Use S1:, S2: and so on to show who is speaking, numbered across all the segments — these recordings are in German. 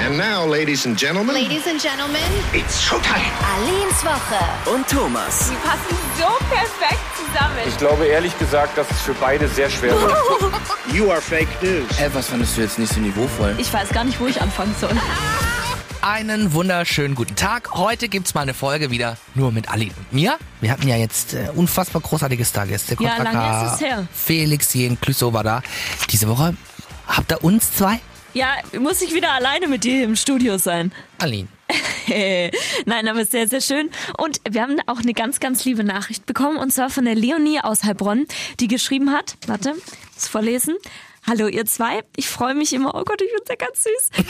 S1: And now, ladies and gentlemen,
S2: Ladies and Gentlemen,
S1: it's showtime.
S2: Aleens Woche.
S3: und Thomas.
S4: Die passen so perfekt zusammen.
S5: Ich glaube ehrlich gesagt, dass es für beide sehr schwer wird.
S1: You are fake news.
S3: Hey, was fandest du jetzt nicht so niveauvoll?
S4: Ich weiß gar nicht, wo ich anfangen soll.
S3: Einen wunderschönen guten Tag. Heute gibt's mal eine Folge wieder nur mit Ali und mir. Wir hatten ja jetzt äh, unfassbar großartiges Taggäste.
S4: Ja,
S3: Kontra
S4: lange
S3: K,
S4: ist es her.
S3: Felix Jen Clüssow war da. Diese Woche habt ihr uns zwei?
S4: Ja, muss ich wieder alleine mit dir im Studio sein. Äh,
S3: Aline.
S4: Nein, aber sehr, sehr schön. Und wir haben auch eine ganz, ganz liebe Nachricht bekommen. Und zwar von der Leonie aus Heilbronn, die geschrieben hat, warte, muss vorlesen. Hallo ihr zwei, ich freue mich immer. Oh Gott, ich bin ja ganz süß.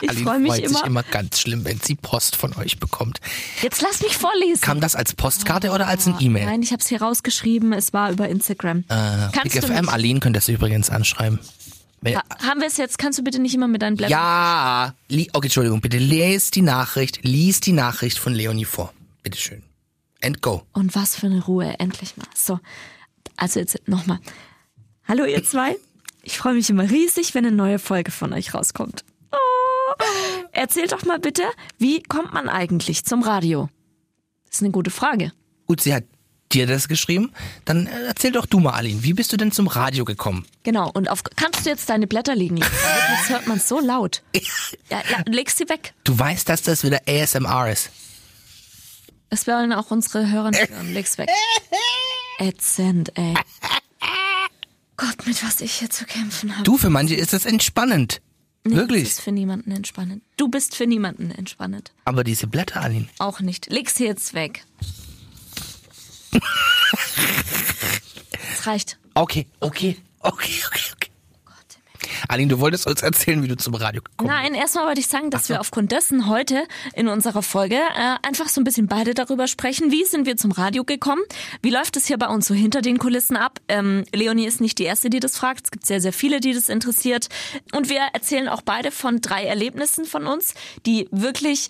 S4: Ich
S3: Aline
S4: freue mich
S3: freut sich
S4: immer.
S3: immer ganz schlimm, wenn sie Post von euch bekommt.
S4: Jetzt lass mich vorlesen.
S3: Kam das als Postkarte oder als ein E-Mail?
S4: Oh, Nein, ich habe es hier rausgeschrieben. Es war über Instagram.
S3: Äh,
S4: kannst
S3: Big
S4: du
S3: FM,
S4: nicht.
S3: Aline könnt das übrigens anschreiben. Wenn-
S4: Ha- ähm. Haben wir es jetzt? Kannst du bitte nicht immer mit deinen Blättern?
S3: Ja, li okay, Entschuldigung, bitte lest die Nachricht, lies die Nachricht von Leonie vor. Bitteschön. And go.
S4: Und was für eine Ruhe, endlich mal. So, also jetzt nochmal. Hallo ihr zwei. Ich freue mich immer riesig, wenn eine neue Folge von euch rauskommt. Oh. Erzählt doch mal bitte, wie kommt man eigentlich zum Radio? Das ist eine gute Frage.
S3: Gut, sie hat dir das geschrieben. Dann äh, erzähl doch du mal, Aline, wie bist du denn zum Radio gekommen?
S4: Genau, und auf, kannst du jetzt deine Blätter liegen lassen? Jetzt hört man so laut. Ja, ja, leg sie weg.
S3: Du weißt, dass das wieder ASMR ist.
S4: Das werden auch unsere Hörer nicht hören. Leg's weg. Ätzend, ey. Gott, mit was ich hier zu kämpfen habe.
S3: Du, für manche ist das entspannend. Wirklich.
S4: Das ist für niemanden entspannend. Du bist für niemanden entspannend.
S3: Aber diese Blätter, Aline.
S4: Auch nicht. Leg's hier jetzt weg. Es reicht.
S3: Okay, okay, okay, okay, okay.
S4: Oh
S3: Aline, du wolltest uns erzählen, wie du zum Radio gekommen
S4: Nein, erstmal wollte ich sagen, dass wir aufgrund dessen heute in unserer Folge äh, einfach so ein bisschen beide darüber sprechen. Wie sind wir zum Radio gekommen? Wie läuft es hier bei uns so hinter den Kulissen ab? Ähm, Leonie ist nicht die Erste, die das fragt. Es gibt sehr, sehr viele, die das interessiert. Und wir erzählen auch beide von drei Erlebnissen von uns, die wirklich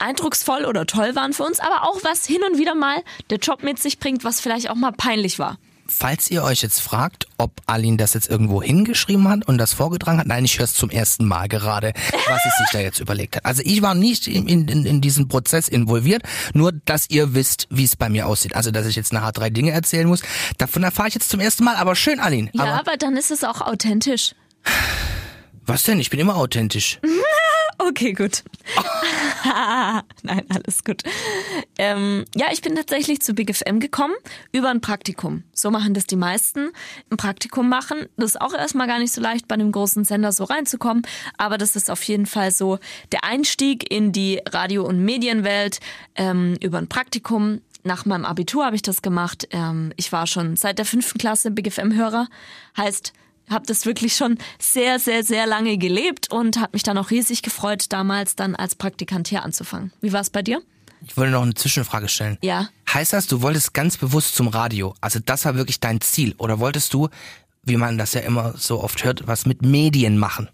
S4: eindrucksvoll oder toll waren für uns, aber auch was hin und wieder mal der Job mit sich bringt, was vielleicht auch mal peinlich war.
S3: Falls ihr euch jetzt fragt, ob Aline das jetzt irgendwo hingeschrieben hat und das vorgetragen hat, nein, ich höre es zum ersten Mal gerade, was sie sich da jetzt überlegt hat. Also ich war nicht in, in, in- in diesen Prozess involviert, nur dass ihr wisst, wie es bei mir aussieht. Also dass ich jetzt nachher drei Dinge erzählen muss, davon erfahre ich jetzt zum ersten Mal. Aber schön, Aline.
S4: Ja,
S3: Aber
S4: aber dann ist es auch authentisch.
S3: was denn? Ich bin immer authentisch.
S4: Okay, gut. Nein, alles gut. Ähm, ja, ich bin tatsächlich zu Big FM gekommen über ein Praktikum. So machen das die meisten. Ein Praktikum machen, das ist auch erstmal gar nicht so leicht, bei einem großen Sender so reinzukommen. Aber das ist auf jeden Fall so der Einstieg in die Radio- und Medienwelt ähm, über ein Praktikum. Nach meinem Abitur habe ich das gemacht. Ähm, ich war schon seit der fünften Klasse Big FM-Hörer. Heißt, habe das wirklich schon sehr, sehr, sehr lange gelebt und habe mich dann auch riesig gefreut, damals dann als Praktikant hier anzufangen. Wie war es bei dir?
S3: Ich wollte noch eine Zwischenfrage stellen.
S4: Ja.
S3: Heißt das, du wolltest ganz bewusst zum Radio? Also das war wirklich dein Ziel? Oder wolltest du, wie man das ja immer so oft hört, was mit Medien machen?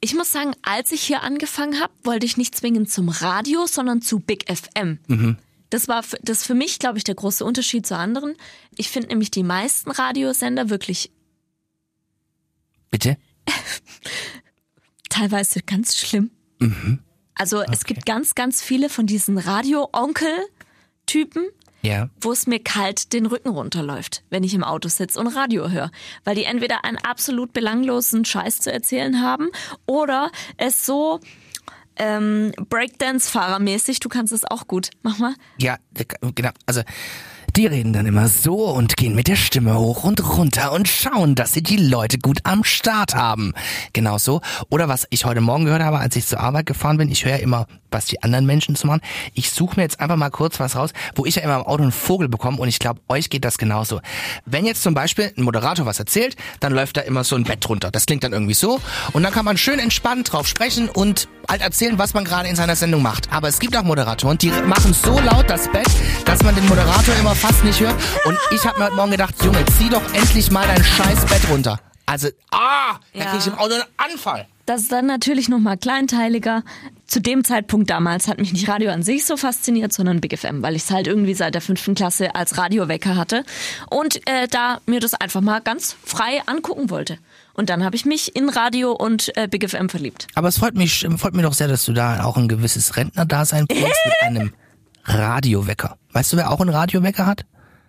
S4: Ich muss sagen, als ich hier angefangen habe, wollte ich nicht zwingend zum Radio, sondern zu Big FM. Das war für, das für mich, glaube ich, der große Unterschied zu anderen. Ich finde nämlich die meisten Radiosender wirklich
S3: Bitte?
S4: teilweise ganz schlimm. Also es gibt ganz, ganz viele von diesen Radio-Onkel-Typen,
S3: Ja.
S4: wo es mir kalt den Rücken runterläuft, wenn ich im Auto sitze und Radio höre. Weil die entweder einen absolut belanglosen Scheiß zu erzählen haben oder es so ähm, Breakdance-Fahrermäßig, du kannst es auch gut, mach mal.
S3: Ja, genau. Also, die reden dann immer so und gehen mit der Stimme hoch und runter und schauen, dass sie die Leute gut am Start haben. Genau so. Oder was ich heute Morgen gehört habe, als ich zur Arbeit gefahren bin, ich höre ja immer, was die anderen Menschen zu machen. Ich suche mir jetzt einfach mal kurz was raus, wo ich ja immer im Auto einen Vogel bekomme und ich glaube, euch geht das genauso. Wenn jetzt zum Beispiel ein Moderator was erzählt, dann läuft da immer so ein Bett runter. Das klingt dann irgendwie so. Und dann kann man schön entspannt drauf sprechen und halt erzählen, was man gerade in seiner Sendung macht. Aber es gibt auch Moderatoren, die machen so laut das Bett, dass man den Moderator immer fast nicht hört. Und ich habe mir heute Morgen gedacht, Junge, zieh doch endlich mal dein scheiß Bett runter. Also, ah, da
S4: Ja.
S3: krieg ich im Auto einen Anfall.
S4: Das ist dann natürlich nochmal kleinteiliger. zu dem Zeitpunkt damals hat mich nicht Radio an sich so fasziniert, sondern Big FM, weil ich es halt irgendwie seit der fünften Klasse als Radiowecker hatte und äh, da mir das einfach mal ganz frei angucken wollte. Und dann habe ich mich in Radio und äh, Big FM verliebt.
S3: Aber es freut mich, ähm, freut mich doch sehr, dass du da auch ein gewisses Rentnerdasein bringst mit einem Radiowecker. Weißt du, wer auch einen Radiowecker hat?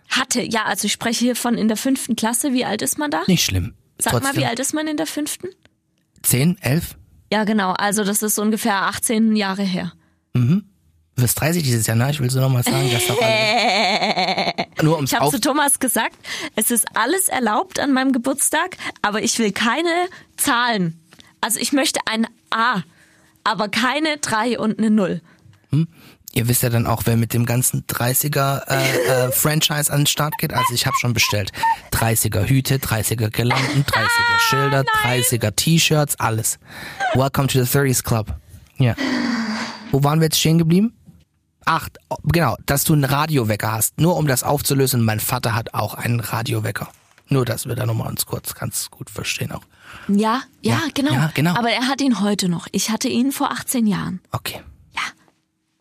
S4: Hatte, ja, also ich spreche hier von in der fünften Klasse. Wie alt ist man da?
S3: Nicht schlimm.
S4: Sag mal, wie alt ist man in der fünften?
S3: Zehn, elf?
S4: Ja, genau. Also das ist ungefähr 18 Jahre her.
S3: Du wirst 30 dieses Jahr, ne? Ich will so nochmal sagen, dass doch alle... Nur ums
S4: Ich habe
S3: Auf...
S4: zu Thomas gesagt, es ist alles erlaubt an meinem Geburtstag, aber ich will keine Zahlen. Also ich möchte ein A, aber keine 3 und eine 0.
S3: Ihr wisst ja dann auch, wer mit dem ganzen 30er äh, äh, Franchise an den Start geht. Also ich habe schon bestellt. 30er Hüte, 30er Girlanden, 30er Schilder, 30er T-Shirts, alles. Welcome to the 30s Club. Ja. Wo waren wir jetzt stehen geblieben? Ach, oh, genau, dass du einen Radiowecker hast. Nur um das aufzulösen, mein Vater hat auch einen Radiowecker. Nur, dass wir da nochmal uns kurz ganz gut verstehen auch.
S4: Ja, ja,
S3: Ja,
S4: genau.
S3: ja, genau.
S4: Aber er hat ihn heute noch. Ich hatte ihn vor 18 Jahren.
S3: Okay.
S4: Ja,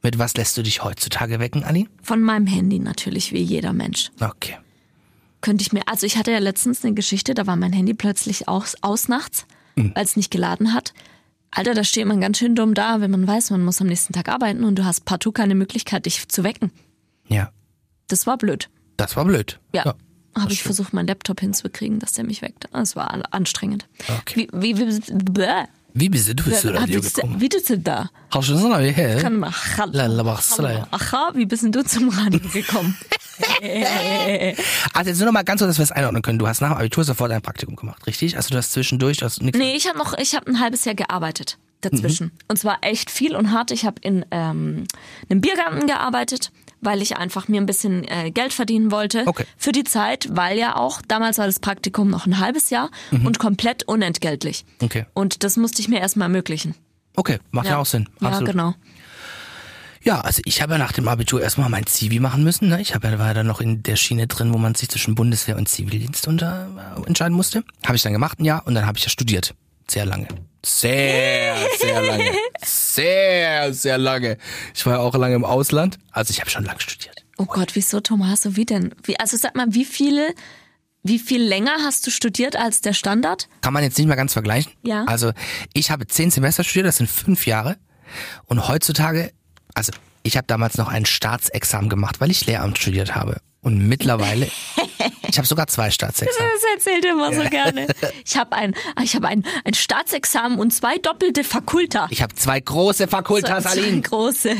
S3: Mit was lässt du dich heutzutage wecken, Aline?
S4: von meinem Handy natürlich, wie jeder Mensch.
S3: Okay.
S4: Könnte ich mir, also ich hatte ja letztens eine Geschichte, da war mein Handy plötzlich aus, aus nachts,
S3: Mhm.
S4: weil es nicht geladen hat. Alter, da steht man ganz schön dumm da, wenn man weiß, man muss am nächsten Tag arbeiten und du hast partout keine Möglichkeit, dich zu wecken.
S3: Ja.
S4: Das war blöd.
S3: Das war blöd.
S4: Ja. Habe ich versucht, meinen Laptop hinzubekriegen, dass der mich weckt. Es war an- anstrengend.
S3: Okay.
S4: Wie, wie, wie, bäh,
S3: Wie bist du zu
S4: Hab
S3: Radio
S4: ich's-
S3: gekommen?
S4: wie bist du da?
S3: Hast du das noch her?
S4: Kann man-
S3: Lala, was soll er?
S4: Aha, wie bist denn du zum Radio gekommen?
S3: Also jetzt nur noch mal ganz so, dass wir es einordnen können. Du hast nach dem Abitur sofort ein Praktikum gemacht, richtig? Also du hast zwischendurch, du hast nichts.
S4: Nee, ich habe noch, ich habe ein halbes Jahr gearbeitet dazwischen.
S3: Mhm.
S4: Und zwar echt viel und hart. Ich habe in ähm, einem Biergarten gearbeitet, weil ich einfach mir ein bisschen äh, Geld verdienen wollte
S3: Okay.
S4: für die Zeit, weil ja auch damals war das Praktikum noch ein halbes Jahr und komplett unentgeltlich.
S3: Mhm. Okay.
S4: Und das musste ich mir erstmal ermöglichen.
S3: Okay, macht ja, auch Sinn.
S4: Ja,
S3: Absolut.
S4: genau.
S3: Ja, also ich habe ja nach dem Abitur erstmal mein Zivi machen müssen. Ne? Ich habe ja, war ja dann noch in der Schiene drin, wo man sich zwischen Bundeswehr und Zivildienst unter, äh, entscheiden musste. Habe ich dann gemacht, ein Jahr, und dann habe ich ja studiert. Sehr lange. Sehr, sehr lange. Sehr, sehr lange. Ich war ja auch lange im Ausland. Also ich habe schon lange studiert.
S4: Oh Gott, wieso, Tommaso? Wie denn? Wie, also sag mal, wie viele, wie viel länger hast du studiert als der Standard?
S3: kann man jetzt nicht mehr ganz vergleichen.
S4: Ja.
S3: Also ich habe zehn Semester studiert, das sind fünf Jahre. Und heutzutage, also ich habe damals noch ein Staatsexamen gemacht, weil ich Lehramt studiert habe. Und mittlerweile, ich habe sogar zwei Staatsexamen.
S4: Das erzählt er immer so gerne. Ich habe ein, ah, ich habe ein, ein Staatsexamen und zwei doppelte Fakulta.
S3: Ich habe zwei große Fakultas,
S4: So- so eine
S3: Aline.
S4: große.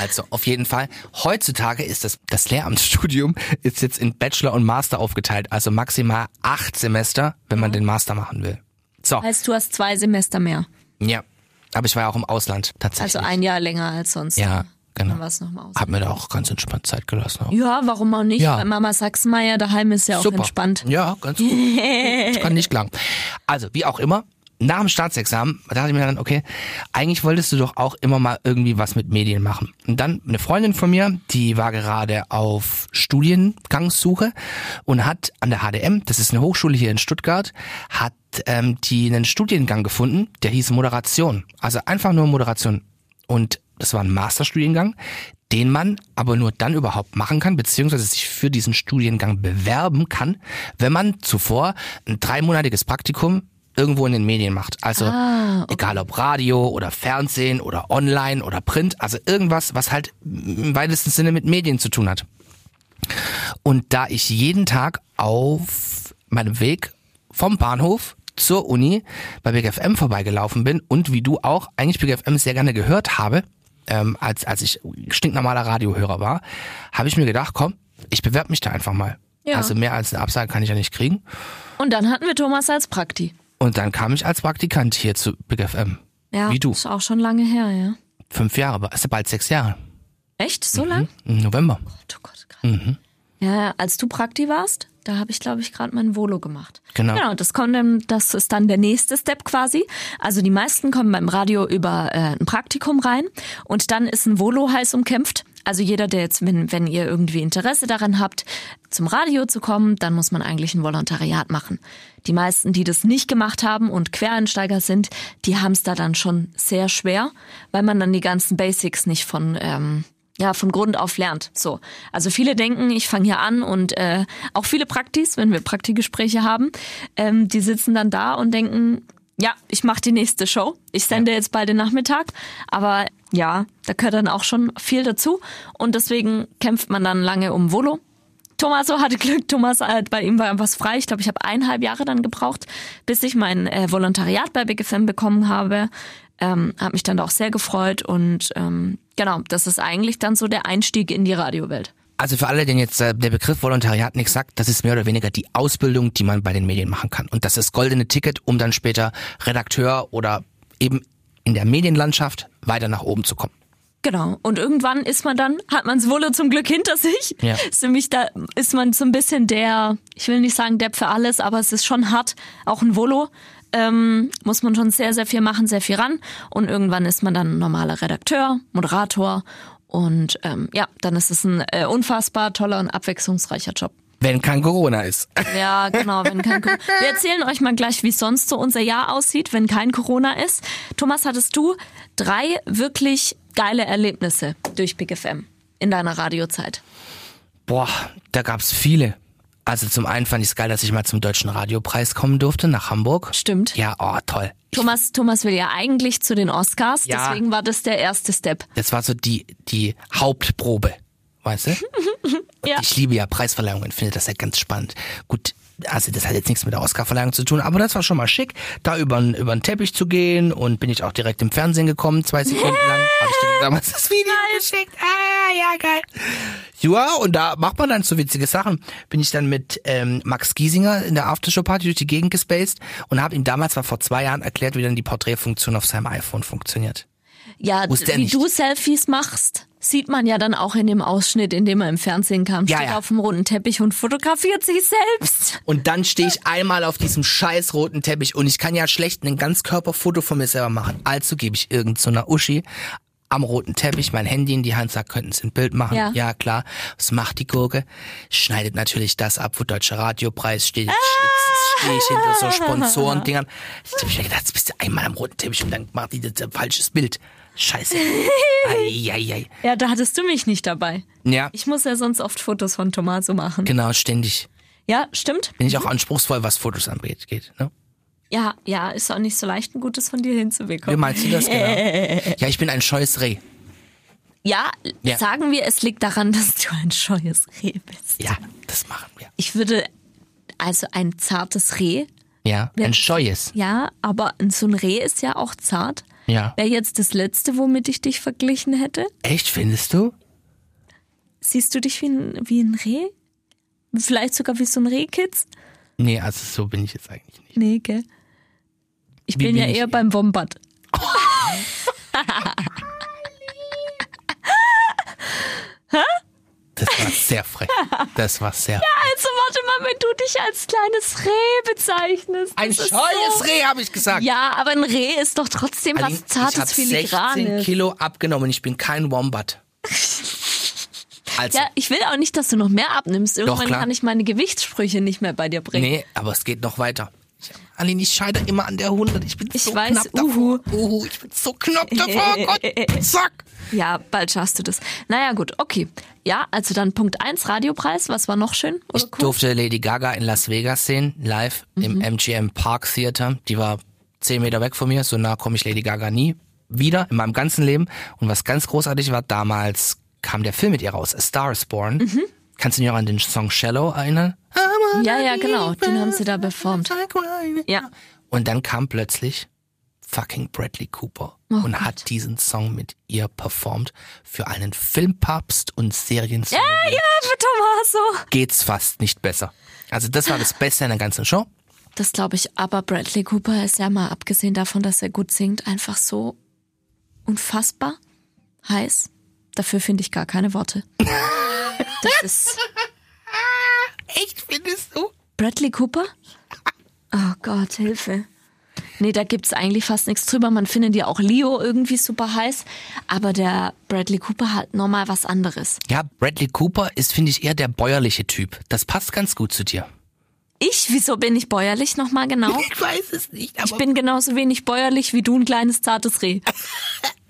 S3: Also auf jeden Fall. Heutzutage ist das, das Lehramtsstudium ist jetzt in Bachelor und Master aufgeteilt. Also maximal acht Semester, wenn man den Master machen will. So,
S4: Heißt, du hast zwei Semester mehr.
S3: ja. Aber ich war ja auch im Ausland tatsächlich.
S4: Also ein Jahr länger als sonst.
S3: ja, genau.
S4: Dann war's noch mal aus.
S3: Hab mir da auch ganz entspannt Zeit gelassen. Auch.
S4: Ja, warum auch nicht?
S3: Ja.
S4: Bei Mama Sachsenmeier daheim ist ja auch
S3: Super.
S4: entspannt.
S3: Ja, ganz gut. Ich kann nicht klagen. Also, wie auch immer, nach dem Staatsexamen dachte ich mir dann, okay, eigentlich wolltest du doch auch immer mal irgendwie was mit Medien machen. Und dann eine Freundin von mir, die war gerade auf Studiengangssuche und hat an der HDM, das ist eine Hochschule hier in Stuttgart, hat ähm, die einen Studiengang gefunden, der hieß Moderation. Also einfach nur Moderation. Und das war ein Masterstudiengang, den man aber nur dann überhaupt machen kann, beziehungsweise sich für diesen Studiengang bewerben kann, wenn man zuvor ein dreimonatiges Praktikum irgendwo in den Medien macht. Also egal ob Radio oder Fernsehen oder Online oder Print, also irgendwas, was halt im weitesten Sinne mit Medien zu tun hat. Und da ich jeden Tag auf meinem Weg vom Bahnhof zur Uni bei Big FM vorbeigelaufen bin und wie du auch eigentlich Big FM sehr gerne gehört habe, ähm, als, als ich stinknormaler Radiohörer war, habe ich mir gedacht, komm, ich bewerbe mich da einfach mal.
S4: Ja.
S3: Also mehr als eine Absage kann ich ja nicht kriegen.
S4: Und dann hatten wir Thomas als Prakti.
S3: Und dann kam ich als Praktikant hier zu Big FM.
S4: Ja,
S3: Wie du.
S4: Ist auch schon lange her, ja.
S3: Fünf Jahre, aber ist ja bald sechs Jahre.
S4: Echt?
S3: Mhm.
S4: So lang?
S3: Im November.
S4: Oh Gott, krass. Ja, als du Prakti warst, da habe ich, glaube ich, gerade mein Volo gemacht.
S3: Genau.
S4: Genau, das, kommt dann, das ist dann der nächste Step quasi. Also die meisten kommen beim Radio über äh, ein Praktikum rein und dann ist ein Volo heiß umkämpft. Also jeder, der jetzt, wenn, wenn ihr irgendwie Interesse daran habt, zum Radio zu kommen, dann muss man eigentlich ein Volontariat machen. Die meisten, die das nicht gemacht haben und Quereinsteiger sind, die haben es da dann schon sehr schwer, weil man dann die ganzen Basics nicht von ähm, ja, von Grund auf lernt. So. Also viele denken, ich fange hier an und äh, auch viele Praktis, wenn wir Praktikgespräche haben, ähm, die sitzen dann da und denken, ja, ich mache die nächste Show. Ich sende jetzt bald den Nachmittag. Aber ja, da gehört dann auch schon viel dazu. Und deswegen kämpft man dann lange um Volo. Tommaso hatte Glück, Thomas, äh, bei ihm war was frei. Ich glaube, ich habe eineinhalb Jahre dann gebraucht, bis ich mein äh, Volontariat bei Big FM bekommen habe. Ähm, habe mich dann auch sehr gefreut und ähm, genau, das ist eigentlich dann so der Einstieg in die Radiowelt.
S3: Also für alle, denen jetzt äh, der Begriff Volontariat nichts sagt, das ist mehr oder weniger die Ausbildung, die man bei den Medien machen kann. Und das ist goldene Ticket, um dann später Redakteur oder eben in der Medienlandschaft weiter nach oben zu kommen.
S4: Genau. Und irgendwann ist man dann, hat man's Wolle zum Glück hinter sich.
S3: Ja.
S4: Ist nämlich da, ist man so ein bisschen der, ich will nicht sagen Depp für alles, aber es ist schon hart. Auch ein Volo. Ähm, muss man schon sehr, sehr viel machen, sehr viel ran. Und irgendwann ist man dann ein normaler Redakteur, Moderator. Und ähm, ja, dann ist es ein äh, unfassbar toller und abwechslungsreicher Job.
S3: Wenn kein Corona ist.
S4: Ja, genau, wenn kein Corona. Wir erzählen euch mal gleich, wie sonst so unser Jahr aussieht, wenn kein Corona ist. Thomas, hattest du drei wirklich geile Erlebnisse durch Big FM in deiner Radiozeit?
S3: Boah, da gab's viele. Also zum einen fand ich's geil, dass ich mal zum Deutschen Radiopreis kommen durfte nach Hamburg.
S4: Stimmt.
S3: Ja, oh toll.
S4: Thomas, Thomas will ja eigentlich zu den Oscars,
S3: Ja.
S4: deswegen war das der erste Step.
S3: Das war so die, die Hauptprobe. Weißt du?
S4: Ja.
S3: Ich liebe ja Preisverleihungen, finde das ja ganz spannend. Gut, also das hat jetzt nichts mit der Oscarverleihung zu tun, aber das war schon mal schick, da über, über den Teppich zu gehen und bin ich auch direkt im Fernsehen gekommen, zwei Sekunden lang. Habe ich dir damals das Video geschickt. Ah, ja, geil. Ja, und da macht man dann so witzige Sachen. Bin ich dann mit ähm, Max Giesinger in der Aftershow-Party durch die Gegend gespaced und habe ihm damals, war vor zwei Jahren, erklärt, wie dann die Porträtfunktion auf seinem iPhone funktioniert.
S4: Ja,
S3: Wusste er
S4: wie
S3: nicht.
S4: du Selfies machst, sieht man ja dann auch in dem Ausschnitt, in dem er im Fernsehen kam.
S3: Ja,
S4: steht
S3: ja.
S4: auf dem roten Teppich und fotografiert sich selbst.
S3: Und dann stehe ich einmal auf diesem scheiß roten Teppich und ich kann ja schlecht ein Ganzkörperfoto von mir selber machen. Also gebe ich irgend so einer Uschi am roten Teppich mein Handy in die Hand, sagt, könnten Sie ein Bild machen?
S4: Ja.
S3: ja, klar. Was macht die Gurke? Schneidet natürlich das ab, wo Deutscher Radiopreis steht.
S4: Ah.
S3: Jetzt Stehe ich hinter so Sponsoren-Dingern. Jetzt habe ich mir gedacht, jetzt bist du einmal am roten Teppich und dann macht die das ein falsches Bild. Scheiße. Eieiei.
S4: Ja, da hattest du mich nicht dabei.
S3: Ja,
S4: Ich muss ja sonst oft Fotos von Tommaso machen.
S3: genau, ständig.
S4: Ja, stimmt.
S3: Bin ich auch anspruchsvoll, was Fotos angeht. Geht, ne?
S4: Ja, ja, ist auch nicht so leicht, ein gutes von dir
S3: Wie
S4: hinzubekommen.
S3: meinst du das genau? Ja, ich bin ein scheues Reh.
S4: ja,
S3: Ja.
S4: sagen wir, es liegt daran, dass du ein scheues Reh bist.
S3: Ja, das machen wir.
S4: Ich würde, also ein zartes Reh,
S3: Ja,
S4: Ja.
S3: ein scheues.
S4: ja, aber so ein Reh ist ja auch zart.
S3: Ja.
S4: Wäre jetzt das Letzte, womit ich dich verglichen hätte?
S3: Echt, findest du?
S4: Siehst du dich wie ein, wie ein Reh? Vielleicht sogar wie so ein Rehkitz?
S3: Nee, also so bin ich jetzt eigentlich nicht.
S4: Nee, gell? Ich
S3: Wie
S4: bin ja
S3: bin ich
S4: eher
S3: eher?
S4: beim Wombat.
S3: Das war sehr frech. Das war sehr.
S4: Also warte mal, wenn du dich als kleines Reh bezeichnest.
S3: Ein
S4: das
S3: scheues
S4: ist so-
S3: Reh, habe ich gesagt.
S4: Ja, aber ein Reh ist doch trotzdem
S3: Aline,
S4: was zartes,
S3: ich habe 16
S4: filigranes.
S3: Kilo abgenommen und ich bin kein Wombat. Also,
S4: Ja, ich will auch nicht, dass du noch mehr abnimmst. Irgendwann
S3: klar.
S4: kann ich meine Gewichtssprüche nicht mehr bei dir bringen.
S3: nee, aber es geht noch weiter. Ich, Aline, ich scheitere immer an der 100. Ich bin
S4: Ich
S3: so
S4: weiß,
S3: knapp davor.
S4: uhu.
S3: Uhu, ich bin so knapp davor. Gott, zack.
S4: Ja, bald schaffst du das. Naja, gut, okay. Ja, also dann Punkt 1, Radiopreis. Was war noch schön? Oder Mhm.
S3: Ich durfte Lady Gaga in Las Vegas sehen, live im MGM Park Theater. Die war zehn Meter weg von mir, so nah komme ich Lady Gaga nie wieder in meinem ganzen Leben. Und was ganz großartig war, damals kam der Film mit ihr raus, A Star is Born.
S4: Mhm.
S3: Kannst du dich auch an den Song Shallow erinnern?
S4: Ja, ja, genau. Den haben sie da performt. Ja.
S3: Und dann kam plötzlich fucking Bradley Cooper
S4: Oh
S3: und hat diesen Song mit ihr performt für einen Filmpapst und Seriensong.
S4: Ah, ja, für Tommaso.
S3: Geht's fast nicht besser. Also das war das Beste in der ganzen Show.
S4: Das glaube ich, aber Bradley Cooper ist ja mal, abgesehen davon, dass er gut singt, einfach so unfassbar heiß. Dafür finde ich gar keine Worte. Das ist
S3: Echt, findest du?
S4: Bradley Cooper? Oh Gott, Hilfe. Nee, da gibt's eigentlich fast nichts drüber. Man findet ja auch Leo irgendwie super heiß, aber der Bradley Cooper hat nochmal was anderes.
S3: Ja, Bradley Cooper ist, finde ich, eher der bäuerliche Typ. Das passt ganz gut zu dir.
S4: Ich, wieso bin ich bäuerlich nochmal genau?
S3: Ich weiß es nicht,
S4: Ich bin genauso wenig bäuerlich wie du, ein kleines zartes Reh.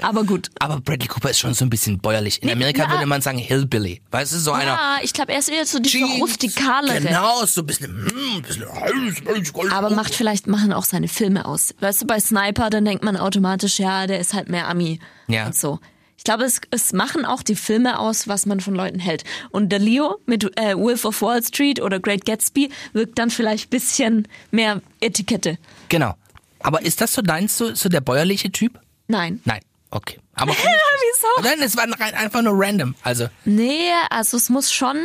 S4: Aber gut.
S3: aber Bradley Cooper ist schon so ein bisschen bäuerlich. In
S4: Nee,
S3: Amerika
S4: ja.
S3: würde man sagen Hillbilly. Weißt du, so einer.
S4: Ja, ich glaube, er ist eher so dieser
S3: Jeans,
S4: rustikalere.
S3: Genau, so ein bisschen, mm, ein bisschen heiß,
S4: Aber macht vielleicht, machen auch seine Filme aus. Weißt du, bei Sniper, dann denkt man automatisch, ja, der ist halt mehr Ami.
S3: Ja.
S4: Und so. Ich glaube, es, es machen auch die Filme aus, was man von Leuten hält. Und der Leo mit äh, Wolf of Wall Street oder Great Gatsby wirkt dann vielleicht bisschen mehr Etikette.
S3: Genau. Aber ist das so deins, so, so der bäuerliche Typ?
S4: Nein.
S3: Nein. Okay. Aber
S4: Wieso?
S3: Nein, es war rein- einfach nur random. Also
S4: Nee, also es muss schon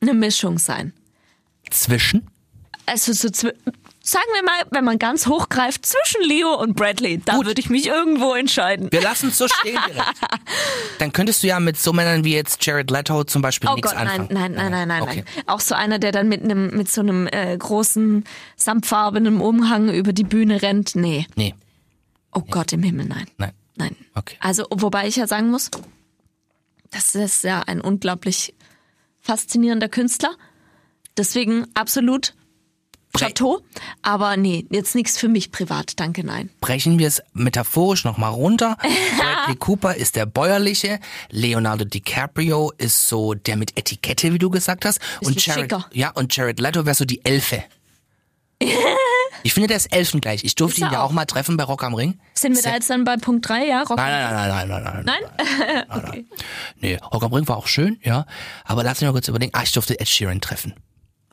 S4: eine Mischung sein.
S3: zwischen.
S4: Also so zwi- sagen wir mal, wenn man ganz hoch greift, zwischen Leo und Bradley, da
S3: Gut.
S4: würde ich mich irgendwo entscheiden.
S3: Wir lassen es so stehen direkt. Dann könntest du ja mit so Männern wie jetzt Jared Leto zum Beispiel
S4: Oh
S3: nichts
S4: Gott, nein,
S3: anfangen.
S4: nein, nein, nein, nein,
S3: Okay.
S4: nein. Auch so einer, der dann mit einem mit so einem äh, großen samtfarbenen Umhang über die Bühne rennt. Nee.
S3: Nee,
S4: Oh Gott im Himmel, nein.
S3: nein.
S4: Nein.
S3: Okay.
S4: Also, wobei ich ja sagen muss, das ist ja ein unglaublich faszinierender Künstler. Deswegen absolut Chateau. Aber nee, jetzt nichts für mich privat. Danke, nein.
S3: Brechen wir es metaphorisch nochmal runter. Bradley Cooper ist der bäuerliche, Leonardo DiCaprio ist so der mit Etikette, wie du gesagt hast. Und
S4: Bisschen
S3: Jared,
S4: schicker.
S3: ja, und Jared Leto wäre so die Elfe. ich finde, der ist elfengleich. Ich durfte
S4: Ist
S3: ihn
S4: er
S3: ja auch
S4: auch.
S3: mal treffen bei Rock am Ring.
S4: Sind wir da jetzt dann bei Punkt 3, ja? Rock
S3: Nein, nein, nein, nein, nein, nein. nein.
S4: Nein? okay.
S3: Nee, Rock am Ring war auch schön, ja. Aber lass mich mal kurz überlegen. Ah, ich durfte Ed Sheeran treffen.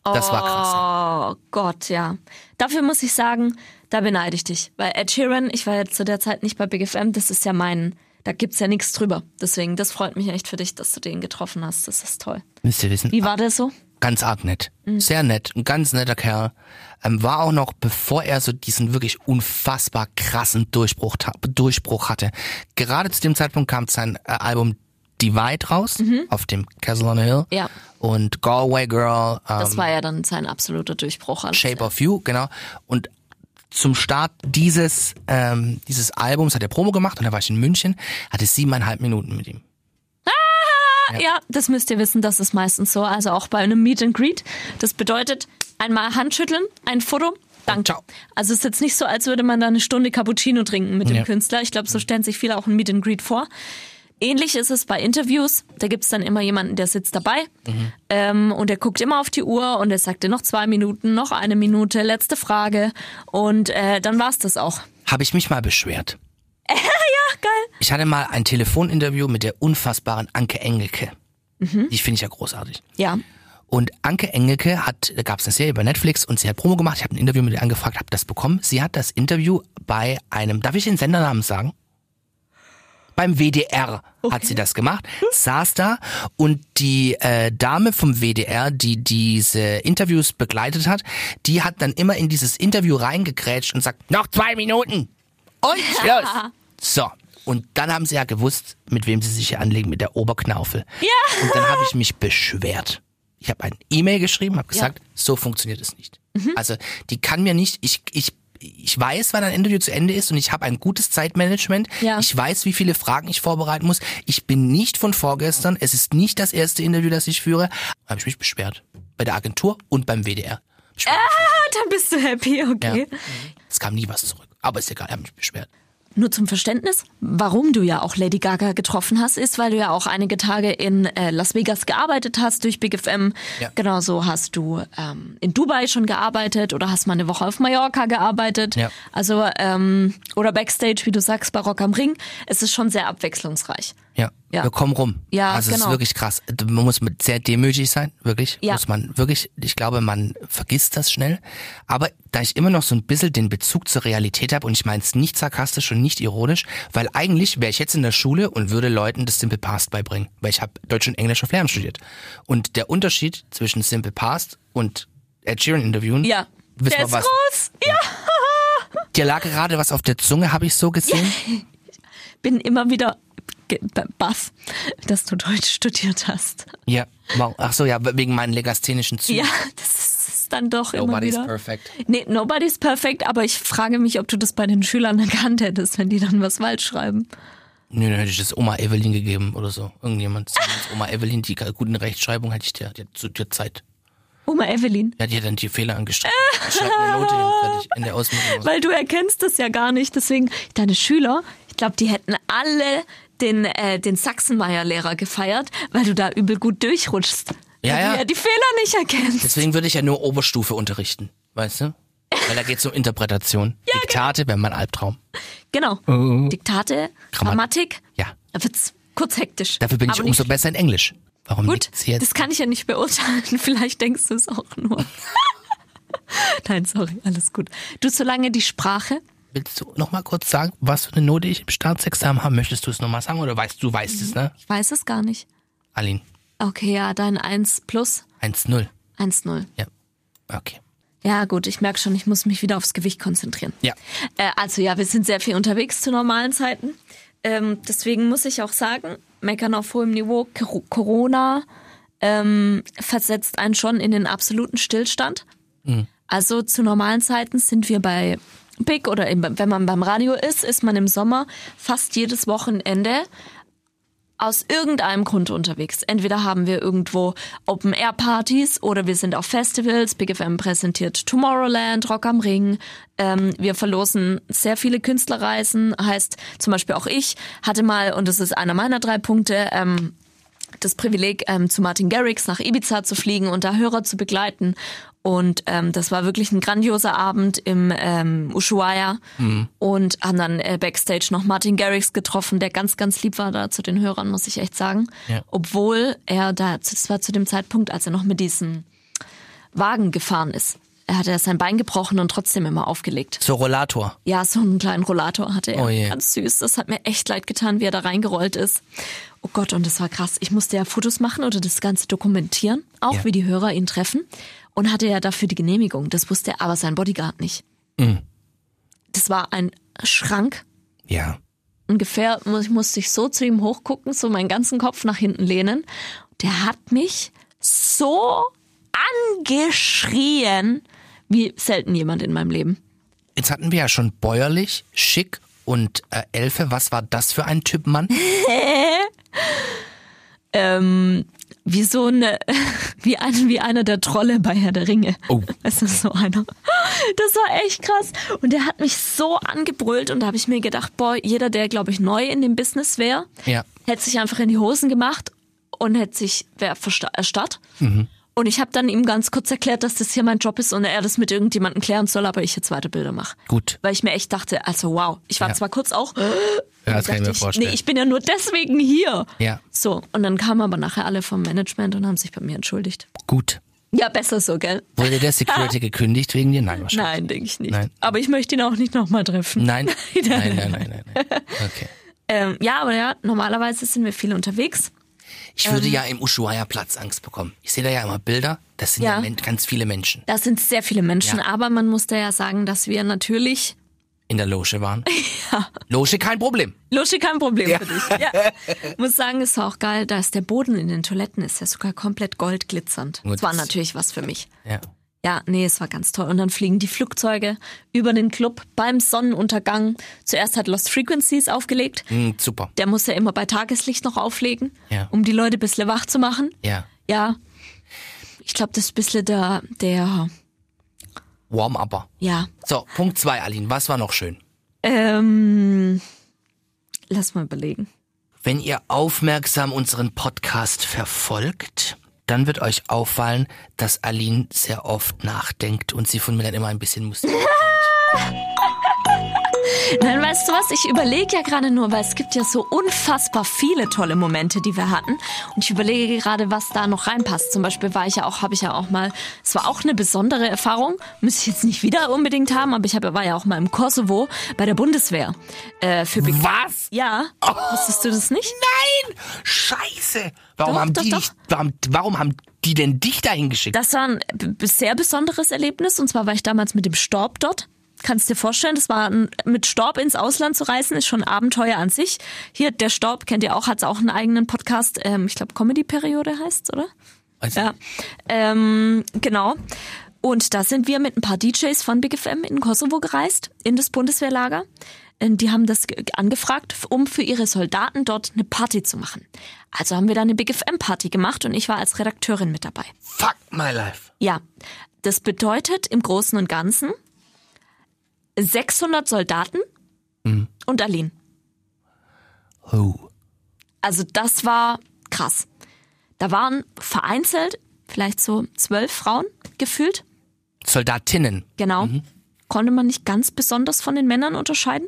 S3: Das war krass.
S4: Oh Gott, ja. Dafür muss ich sagen, da beneide ich dich. Weil Ed Sheeran, ich war ja zu der Zeit nicht bei Big FM, das ist ja mein, da gibt's ja nichts drüber. Deswegen, das freut mich echt für dich, dass du den getroffen hast. Das ist toll.
S3: Müsst ihr wissen.
S4: Oh. Wie Mhm. war der so?
S3: Ganz arg nett. Sehr nett. Ein ganz netter Kerl. Ähm, war auch noch, bevor er so diesen wirklich unfassbar krassen Durchbruch, ta- Durchbruch hatte. Gerade zu dem Zeitpunkt kam sein äh, Album Divide raus, auf dem Castle on a Hill.
S4: Mhm. Ja.
S3: Und Galway Girl, ähm,
S4: Das war ja dann sein absoluter Durchbruch. Also, alles.
S3: Shape of You, genau. Und zum Start dieses, ähm, dieses Albums hat er Promo gemacht und da war ich in München, hatte siebeneinhalb Minuten mit ihm.
S4: Ah, ja, das müsst ihr wissen, das ist meistens so. Also auch bei einem Meet and Greet. Das bedeutet, einmal Handschütteln, ein Foto. Danke.
S3: ciao.
S4: Also es ist jetzt nicht so, als würde man da eine Stunde Cappuccino trinken mit dem
S3: Ja.
S4: Künstler. Ich glaube, so stellen sich viele auch ein Meet and Greet vor. Ähnlich ist es bei Interviews. Da gibt's dann immer jemanden, der sitzt dabei
S3: Mhm.
S4: ähm, und der guckt immer auf die Uhr und er sagt dir noch zwei Minuten, noch eine Minute, letzte Frage. Und äh, dann war's das auch.
S3: habe ich mich mal beschwert. ja, geil. Ich hatte mal ein Telefoninterview mit der unfassbaren Anke Engelke. Die finde ich ja großartig.
S4: Ja.
S3: Und Anke Engelke hat, da gab es eine Serie bei Netflix und sie hat Promo gemacht. Ich habe ein Interview mit ihr angefragt, habe das bekommen. Sie hat das Interview bei einem, darf ich den Sendernamen sagen? Beim WDR hat sie das gemacht, saß da und die äh, Dame vom WDR, die diese Interviews begleitet hat, die hat dann immer in dieses Interview reingekrätscht und sagt, noch zwei Minuten und los. So. Und dann haben sie ja gewusst, mit wem sie sich hier anlegen, mit der Oberknaufe.
S4: Ja.
S3: Und dann habe ich mich beschwert. Ich habe ein E-Mail geschrieben, habe gesagt, so funktioniert es nicht.
S4: Mhm.
S3: Also die kann mir nicht, ich, ich, ich weiß, wann ein Interview zu Ende ist und ich habe ein gutes Zeitmanagement.
S4: Ja.
S3: Ich weiß, wie viele Fragen ich vorbereiten muss. Ich bin nicht von vorgestern. Es ist nicht das erste Interview, das ich führe. Habe ich mich beschwert. Bei der Agentur und beim WDR. Ich bin-
S4: Ah, dann bist du happy, okay.
S3: Ja. Es kam nie was zurück. Aber ist egal, ich habe mich beschwert.
S4: Nur zum Verständnis, warum du ja auch Lady Gaga getroffen hast, ist, weil du ja auch einige Tage in äh, Las Vegas gearbeitet hast durch Big FM.
S3: Ja.
S4: Genauso hast du ähm, in Dubai schon gearbeitet oder hast mal eine Woche auf Mallorca gearbeitet.
S3: Ja.
S4: Also ähm, oder Backstage, wie du sagst, bei Rock am Ring. Es ist schon sehr abwechslungsreich.
S3: Ja.
S4: Ja.
S3: Wir kommen rum.
S4: Ja,
S3: also es ist
S4: genau.
S3: wirklich krass. Man muss mit sehr demütig sein, wirklich.
S4: Ja.
S3: Muss man wirklich, ich glaube, man vergisst das schnell. Aber da ich immer noch so ein bisschen den Bezug zur Realität habe und ich meine es nicht sarkastisch und nicht ironisch, weil eigentlich wäre ich jetzt in der Schule und würde Leuten das Simple Past beibringen, weil ich habe Deutsch und Englisch auf Lernen studiert. Und der Unterschied zwischen Simple Past und Ed Sheeran Interviewen,
S4: Ja.
S3: wissen
S4: Der
S3: wir
S4: ist
S3: was.
S4: groß. Ja.
S3: Dir lag gerade was auf der Zunge, habe ich so gesehen.
S4: Bin immer wieder ge- baff, dass du Deutsch studiert hast.
S3: Ja. Warum? Ach so, ja, wegen meinen legasthenischen Zügen.
S4: Ja, das ist ist dann doch
S3: Nobody's
S4: immer wieder.
S3: perfect.
S4: Nee, nobody's perfect, aber ich frage mich, ob du das bei den Schülern erkannt hättest, wenn die dann was falsch schreiben.
S3: Nö, dann hätte ich das Oma Evelyn gegeben oder so. Irgendjemand. zumindest Oma Evelyn, die guten Rechtschreibung hätte ich dir, die hat zu dir Zeit.
S4: Oma Evelyn,
S3: Die hat dir dann die Fehler angestrichen. Ich schreibe eine Note hin, fertig, in der Ausbildung.
S4: weil du erkennst das ja gar nicht, deswegen deine Schüler, ich glaube, die hätten alle den, äh, den Sachsenmeier-Lehrer gefeiert, weil du da übel gut durchrutschst.
S3: Ja,
S4: weil
S3: ja.
S4: du ja die Fehler nicht erkennst.
S3: Deswegen würde ich ja nur Oberstufe unterrichten, weißt du? Weil da geht's um Interpretation. Diktate wäre mein Albtraum.
S4: Genau. Diktate,
S3: Oh. Grammat-
S4: Grammatik.
S3: Ja.
S4: Da wird's kurz hektisch.
S3: Dafür bin ich
S4: Aber
S3: umso
S4: nicht-
S3: besser in Englisch. Warum
S4: Gut,
S3: liegt's jetzt?
S4: das kann ich ja nicht beurteilen. Vielleicht denkst du es auch nur. Nein, sorry, alles gut. Du, solange die Sprache,
S3: Willst du noch mal kurz sagen, was für eine Note ich im Staatsexamen habe? Möchtest du es noch mal sagen oder weißt du, weißt es, ne?
S4: ich weiß es gar nicht.
S3: Aline,
S4: Okay, ja, dein 1 plus
S3: 1-0.
S4: 1-0.
S3: Ja. Okay.
S4: Ja, gut, ich merke schon, ich muss mich wieder aufs Gewicht konzentrieren.
S3: Ja.
S4: Äh, also ja, wir sind sehr viel unterwegs zu normalen Zeiten. Ähm, deswegen muss ich auch sagen, meckern auf hohem Niveau, Cor- Corona ähm, versetzt einen schon in den absoluten Stillstand. Also zu normalen Zeiten sind wir bei Big oder eben, wenn man beim Radio ist, ist man im Sommer fast jedes Wochenende aus irgendeinem Grund unterwegs. Entweder haben wir irgendwo Open-Air-Partys oder wir sind auf Festivals. Big FM präsentiert Tomorrowland, Rock am Ring. Ähm, wir verlosen sehr viele Künstlerreisen. Heißt, zum Beispiel auch ich hatte mal, und das ist einer meiner drei Punkte, ähm, das Privileg, ähm, zu Martin Garrix nach Ibiza zu fliegen und da Hörer zu begleiten. Und ähm, das war wirklich ein grandioser Abend im ähm, Ushuaia und haben dann äh, Backstage noch Martin Garrix getroffen, der ganz, ganz lieb war da zu den Hörern, muss ich echt sagen.
S3: Ja.
S4: Obwohl er da, das war zu dem Zeitpunkt, als er noch mit diesem Wagen gefahren ist. Er hatte sein Bein gebrochen und trotzdem immer aufgelegt.
S3: Zur Rollator.
S4: Ja, so einen kleinen Rollator hatte er.
S3: Oh je.
S4: Ganz süß. Das hat mir echt leid getan, wie er da reingerollt ist. Oh Gott, und das war krass. Ich musste ja Fotos machen oder das Ganze dokumentieren, auch
S3: Ja.
S4: wie die Hörer ihn treffen. Und hatte ja dafür die Genehmigung. Das wusste aber sein Bodyguard nicht.
S3: Mhm.
S4: Das war ein Schrank.
S3: Ja.
S4: Ungefähr muss- musste ich so zu ihm hochgucken, so meinen ganzen Kopf nach hinten lehnen. Der hat mich so angeschrien, wie selten jemand in meinem Leben.
S3: Jetzt hatten wir ja schon bäuerlich, schick und äh, Elfe. Was war das für ein Typ Mann?
S4: ähm, wie so eine, wie, ein, wie einer der Trolle bei Herr der Ringe.
S3: Oh.
S4: Weißt du, so einer. Das war echt krass. Und der hat mich so angebrüllt und da habe ich mir gedacht, boah, jeder, der, glaube ich, neu in dem Business wäre,
S3: Ja.
S4: hätte sich einfach in die Hosen gemacht und hätte sich, wäre versta- erstarrt.
S3: Mhm.
S4: Und ich habe dann ihm ganz kurz erklärt, dass das hier mein Job ist und er das mit irgendjemandem klären soll, aber ich jetzt weiter Bilder mache.
S3: Gut.
S4: Weil ich mir echt dachte, also wow, ich war
S3: Ja.
S4: zwar kurz auch,
S3: Ja, das kann ich
S4: dachte
S3: mir vorstellen.
S4: Nee, ich bin ja nur deswegen hier.
S3: Ja.
S4: So, und dann kamen aber nachher alle vom Management und haben sich bei mir entschuldigt.
S3: Gut.
S4: Ja, besser so, gell?
S3: Wurde der Security gekündigt wegen dir? Nein, wahrscheinlich.
S4: Nein, denke ich nicht.
S3: Nein.
S4: Aber ich möchte ihn auch nicht nochmal treffen.
S3: Nein. Nein, nein, nein, nein. nein. Okay.
S4: Ähm, ja, aber ja, normalerweise sind wir viel unterwegs.
S3: Ich würde
S4: Ähm.
S3: ja im Ushuaia Platz Angst bekommen. Ich sehe da ja immer Bilder. Das sind ja,
S4: Ja.
S3: Men- ganz viele Menschen
S4: Da sind sehr viele Menschen,
S3: Ja.
S4: aber man muss da ja sagen, dass wir natürlich.
S3: in der Loge waren. Loge kein Problem.
S4: Lusche, kein Problem für dich. Ja. Muss sagen, ist auch geil, dass der Boden in den Toiletten ist ja sogar komplett goldglitzernd.
S3: Gut,
S4: Das war
S3: das-
S4: natürlich was für mich.
S3: Ja.
S4: Ja, nee, es war ganz toll. Und dann fliegen die Flugzeuge über den Club beim Sonnenuntergang. Zuerst hat Lost Frequencies aufgelegt.
S3: Hm, super.
S4: Der muss ja immer bei Tageslicht noch auflegen,
S3: Ja.
S4: um die Leute ein bisschen wach zu machen.
S3: Ja.
S4: Ja. Ich glaube, das ist ein bisschen der, der,
S3: Warm-Upper.
S4: ja.
S3: So, Punkt zwei, Aline. Was war noch schön?
S4: Ähm, lass mal überlegen.
S3: Wenn ihr aufmerksam unseren Podcast verfolgt, dann wird euch auffallen, dass Aline sehr oft nachdenkt und sie von mir dann immer ein bisschen muss.
S4: Nein, weißt du was? Ich überlege ja gerade nur, weil es gibt ja so unfassbar viele tolle Momente, die wir hatten. Und ich überlege gerade, was da noch reinpasst. Zum Beispiel war ich ja auch, habe ich ja auch mal, es war auch eine besondere Erfahrung, müsste ich jetzt nicht wieder unbedingt haben, aber ich hab, war ja auch mal im Kosovo bei der Bundeswehr. Äh, für Big
S3: Was?
S4: Ja, wusstest du das nicht?
S3: Nein! Scheiße! Warum,
S4: Doch,
S3: haben,
S4: doch,
S3: die
S4: doch.
S3: Dich, warum, warum haben die denn dich dahin geschickt?
S4: Das war ein b- sehr besonderes Erlebnis und zwar war ich damals mit dem Storb dort. Kannst dir vorstellen, das war ein, mit Storb ins Ausland zu reisen, ist schon ein Abenteuer an sich. Hier, der Storb, kennt ihr auch, hat auch einen eigenen Podcast. Ähm, ich glaube, Comedy-Periode heißt oder?
S3: Also,
S4: Ja. Ähm, genau. Und da sind wir mit ein paar DJs von Big FM in Kosovo gereist, in das Bundeswehrlager. Ähm, Die haben das ge- angefragt, f- um für ihre Soldaten dort eine Party zu machen. Also haben wir da eine Big FM-Party gemacht und ich war als Redakteurin mit dabei.
S3: Fuck my life.
S4: Ja, das bedeutet im Großen und Ganzen 600 Soldaten
S3: Mhm.
S4: und Aline.
S3: Oh.
S4: Also das war krass. Da waren vereinzelt vielleicht so zwölf Frauen gefühlt.
S3: Soldatinnen,
S4: Genau.
S3: Mhm.
S4: Konnte man nicht ganz besonders von den Männern unterscheiden.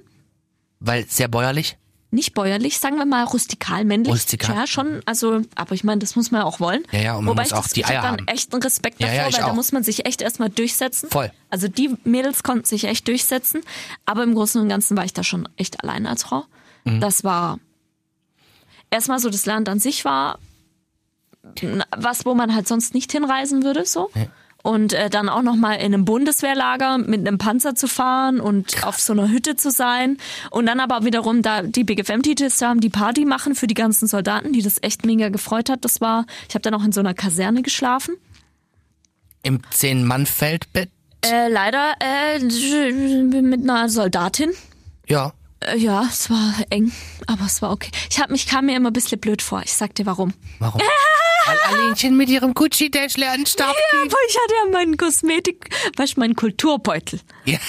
S3: weil sehr bäuerlich.
S4: Nicht bäuerlich, sagen wir mal rustikal, männlich.
S3: Rustikal.
S4: Ja, schon. Also, aber ich meine, das muss man ja auch wollen.
S3: Ja, ja, und man
S4: Wobei
S3: muss
S4: ich
S3: auch
S4: das-
S3: die
S4: ich hab
S3: Eier
S4: dann
S3: haben.
S4: echten Respekt
S3: Ja,
S4: davor,
S3: ja, ich
S4: weil da
S3: auch.
S4: muss man sich echt erstmal durchsetzen.
S3: Voll.
S4: Also die Mädels konnten sich echt durchsetzen. Aber im Großen und Ganzen war ich da schon echt allein als Frau. Das war erstmal so, das Land an sich war n- was, wo man halt sonst nicht hinreisen würde, so. Und äh, dann auch nochmal in einem Bundeswehrlager mit einem Panzer zu fahren und auf so einer Hütte zu sein. Und dann aber wiederum da die BGFM-Titel zu haben, die Party machen für die ganzen Soldaten, die das echt mega gefreut hat. Das war, ich habe dann auch in so einer Kaserne geschlafen.
S3: Im Zehn-Mann-Feldbett.
S4: Äh, leider äh, mit einer Soldatin.
S3: Ja.
S4: Äh, ja, es war eng, aber es war okay. Ich hab mich kam mir immer ein bisschen blöd vor. Ich sag dir warum.
S3: Warum? Weil Alinchen mit ihrem Gucci-Dashler an den Start
S4: Ja, aber ich hatte ja meinen Kosmetik, weißt du, meinen Kulturbeutel.
S3: Ja.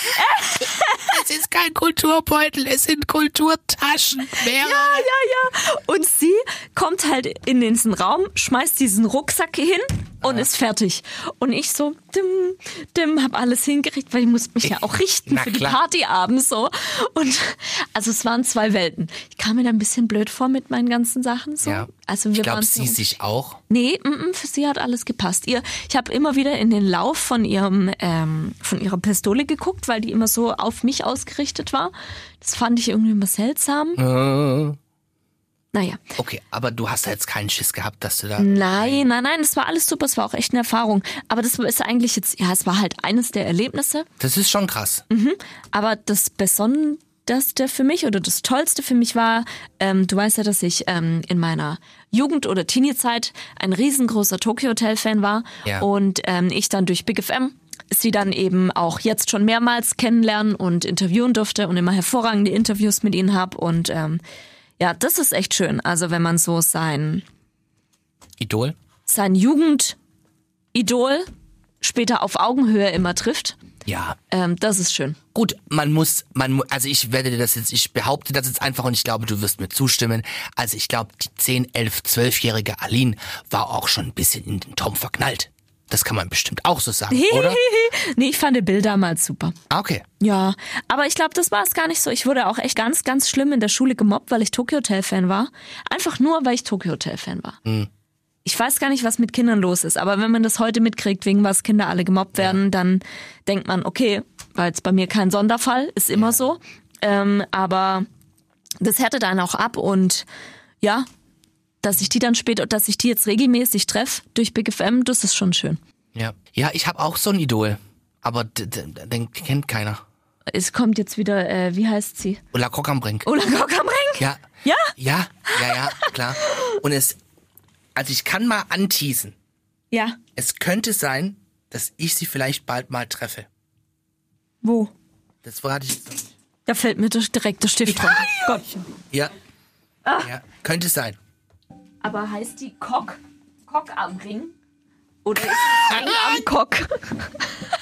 S3: es ist kein Kulturbeutel, es sind Kulturtaschen.
S4: Ja,
S3: Mehrere.
S4: ja, ja. Und sie kommt halt in diesen Raum, schmeißt diesen Rucksack hin
S3: Ah.
S4: und ist fertig. Und ich so, dim, dim, hab alles hingekriegt, weil ich muss mich ja auch richten
S3: Na
S4: für die
S3: klar.
S4: Party abends so. Und also es waren zwei Welten. Ich kam mir da ein bisschen blöd vor mit meinen ganzen Sachen so.
S3: Ja.
S4: Also wir
S3: ich glaube,
S4: waren
S3: sie
S4: so,
S3: sich auch.
S4: Nee, mm, mm, für sie hat alles gepasst. Ihr, ich habe immer wieder in den Lauf von ihrem ähm, von ihrer Pistole geguckt, weil die immer so auf mich ausgerichtet war. Das fand ich irgendwie immer seltsam. Naja.
S3: Okay, aber du hast da jetzt keinen Schiss gehabt, dass du da.
S4: Hm. Nein, nein, nein, es war alles super, es war auch echt eine Erfahrung. Aber das ist eigentlich jetzt, ja, es war halt eines der Erlebnisse.
S3: Das ist schon krass.
S4: Hm. Aber das Besonderste für mich oder das Tollste für mich war, ähm, du weißt ja, dass ich ähm, in meiner Jugend- oder Teenie-Zeit ein riesengroßer Tokyo Hotel-Fan war.
S3: Ja.
S4: Und ähm, ich dann durch Big FM sie dann eben auch jetzt schon mehrmals kennenlernen und interviewen durfte und immer hervorragende Interviews mit ihnen habe. Und ähm, ja, das ist echt schön. Also wenn man so sein
S3: Idol?
S4: sein Jugendidol später auf Augenhöhe immer trifft.
S3: Ja.
S4: Ähm, das ist schön.
S3: Gut, man muss, man, mu- also ich werde dir das jetzt, ich behaupte das jetzt einfach und ich glaube, du wirst mir zustimmen. Also ich glaube, die 10, 11, 12-jährige Aline war auch schon ein bisschen in den Tom verknallt. Das kann man bestimmt auch so sagen, oder?
S4: nee, ich fand Bill damals super.
S3: Ah, okay.
S4: Ja, aber ich glaube, das war es gar nicht so. Ich wurde auch echt ganz, ganz schlimm in der Schule gemobbt, weil ich Tokyo Hotel Fan war. Einfach nur, weil ich Tokyo Hotel Fan war. Ich weiß gar nicht, was mit Kindern los ist, aber wenn man das heute mitkriegt, wegen was Kinder alle gemobbt werden, dann denkt man, okay, war jetzt bei mir kein Sonderfall, ist immer so. Ähm, aber das härtet einen auch ab und ja, dass ich die dann später, dass ich die jetzt regelmäßig treffe durch Big FM, das ist schon schön.
S3: Ja. Ja, ich habe auch so ein Idol. Aber d- d- den kennt keiner.
S4: Es kommt jetzt wieder, äh, wie heißt sie?
S3: Ulla Kock am Brink.
S4: Ola Kock am Ring?
S3: Ja.
S4: Ja?
S3: Ja, ja, ja, klar. Und es, also ich kann mal anteasen.
S4: Ja.
S3: Es könnte sein, dass ich sie vielleicht bald mal treffe.
S4: Wo?
S3: Das verrate ich jetzt noch nicht.
S4: Da fällt mir doch direkt der Stift runter. Gottchen.
S3: Ja. Ja, könnte sein.
S4: Aber heißt die Kock? Kock am Ring? Oder ist die Ring am Kock?